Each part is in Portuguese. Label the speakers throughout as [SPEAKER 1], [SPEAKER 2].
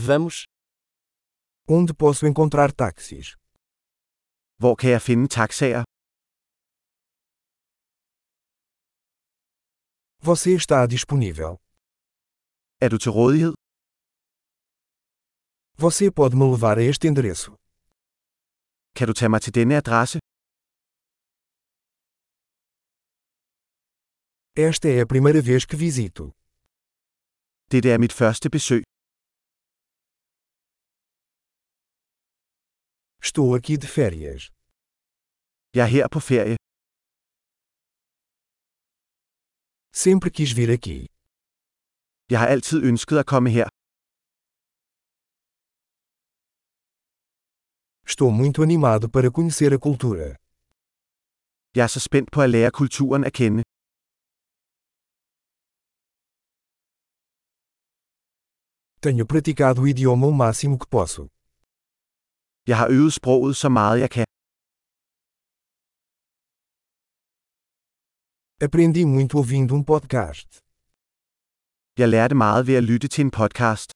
[SPEAKER 1] Vamos.
[SPEAKER 2] Onde posso encontrar táxis?
[SPEAKER 3] Hvor kan jeg finde taxaer?
[SPEAKER 2] Você está disponível.
[SPEAKER 3] Er du til rådighed?
[SPEAKER 2] Você pode me levar a este endereço.
[SPEAKER 3] Kan du tage mig til denne adresse?
[SPEAKER 2] Esta é a primeira vez que visito.
[SPEAKER 3] Dette er mit første besøg.
[SPEAKER 2] Estou aqui de férias.
[SPEAKER 3] Jeg er her på ferie.
[SPEAKER 2] Sempre quis vir aqui.
[SPEAKER 3] Jeg har altid ønsket at komme her.
[SPEAKER 2] Estou muito animado para conhecer a cultura.
[SPEAKER 3] Jeg er så spændt på at lære kulturen at kende.
[SPEAKER 2] Tenho praticado o idioma o máximo que posso.
[SPEAKER 3] Jeg har øvet sproget så meget jeg kan.
[SPEAKER 2] Aprendi muito ouvindo um podcast.
[SPEAKER 3] Jeg lærte meget ved at lytte til en podcast.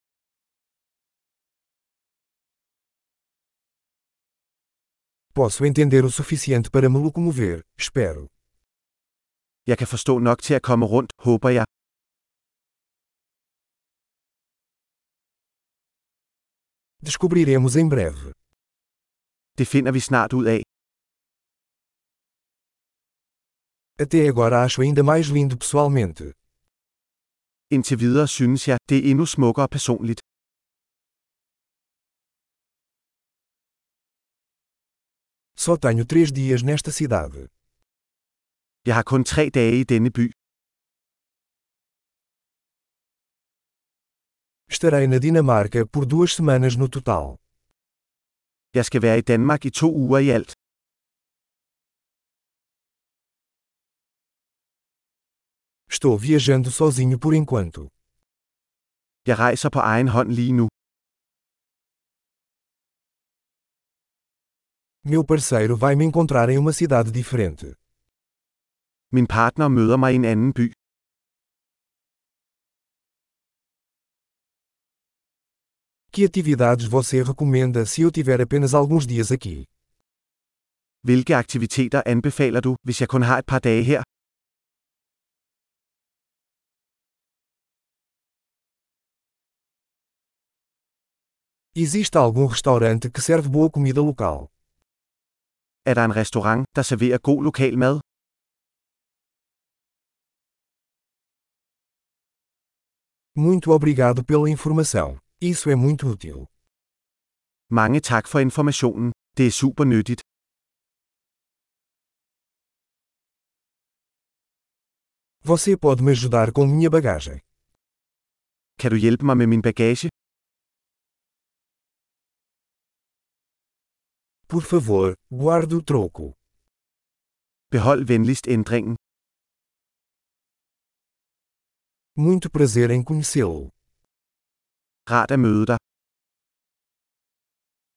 [SPEAKER 2] Posso entender o suficiente para me locomover, espero.
[SPEAKER 3] Jeg kan forstå nok til at komme rundt, håber jeg.
[SPEAKER 2] Descobriremos em breve.
[SPEAKER 3] Det finder vi snart ud af.
[SPEAKER 2] Até agora acho ainda mais lindo pessoalmente.
[SPEAKER 3] Indtil videre synes jeg, det er endnu smukkere personligt.
[SPEAKER 2] Só tenho três dias nesta cidade.
[SPEAKER 3] Jeg har kun tre dage i denne by.
[SPEAKER 2] Estarei na Dinamarca por duas semanas no total.
[SPEAKER 3] Jeg skal være i Danmark i to uger i alt.
[SPEAKER 2] Estou viajando sozinho por enquanto.
[SPEAKER 3] Jeg rejser på egen hånd lige nu.
[SPEAKER 2] Meu parceiro vai me encontrar em uma cidade diferente.
[SPEAKER 3] Min partner møder mig i en anden by.
[SPEAKER 2] Que atividades você recomenda se eu tiver apenas alguns dias aqui?
[SPEAKER 3] Hvilke aktiviteter anbefaler du, hvis jeg kun har et par dage her?
[SPEAKER 2] Existe algum restaurante que serve boa comida local?
[SPEAKER 3] Er der en restaurant, der serverer god lokal mad?
[SPEAKER 2] Muito obrigado pela informação. Isso é muito útil.
[SPEAKER 3] Mange tak for informationen. Det er super nyttigt.
[SPEAKER 2] Você pode me ajudar com minha bagagem.
[SPEAKER 3] Kan du hjælpe mig med min bagage?
[SPEAKER 2] Por favor, guarde o troco.
[SPEAKER 3] Behold venligst ændringen.
[SPEAKER 2] Muito prazer em conhecê-lo.
[SPEAKER 3] Rart at møde dig.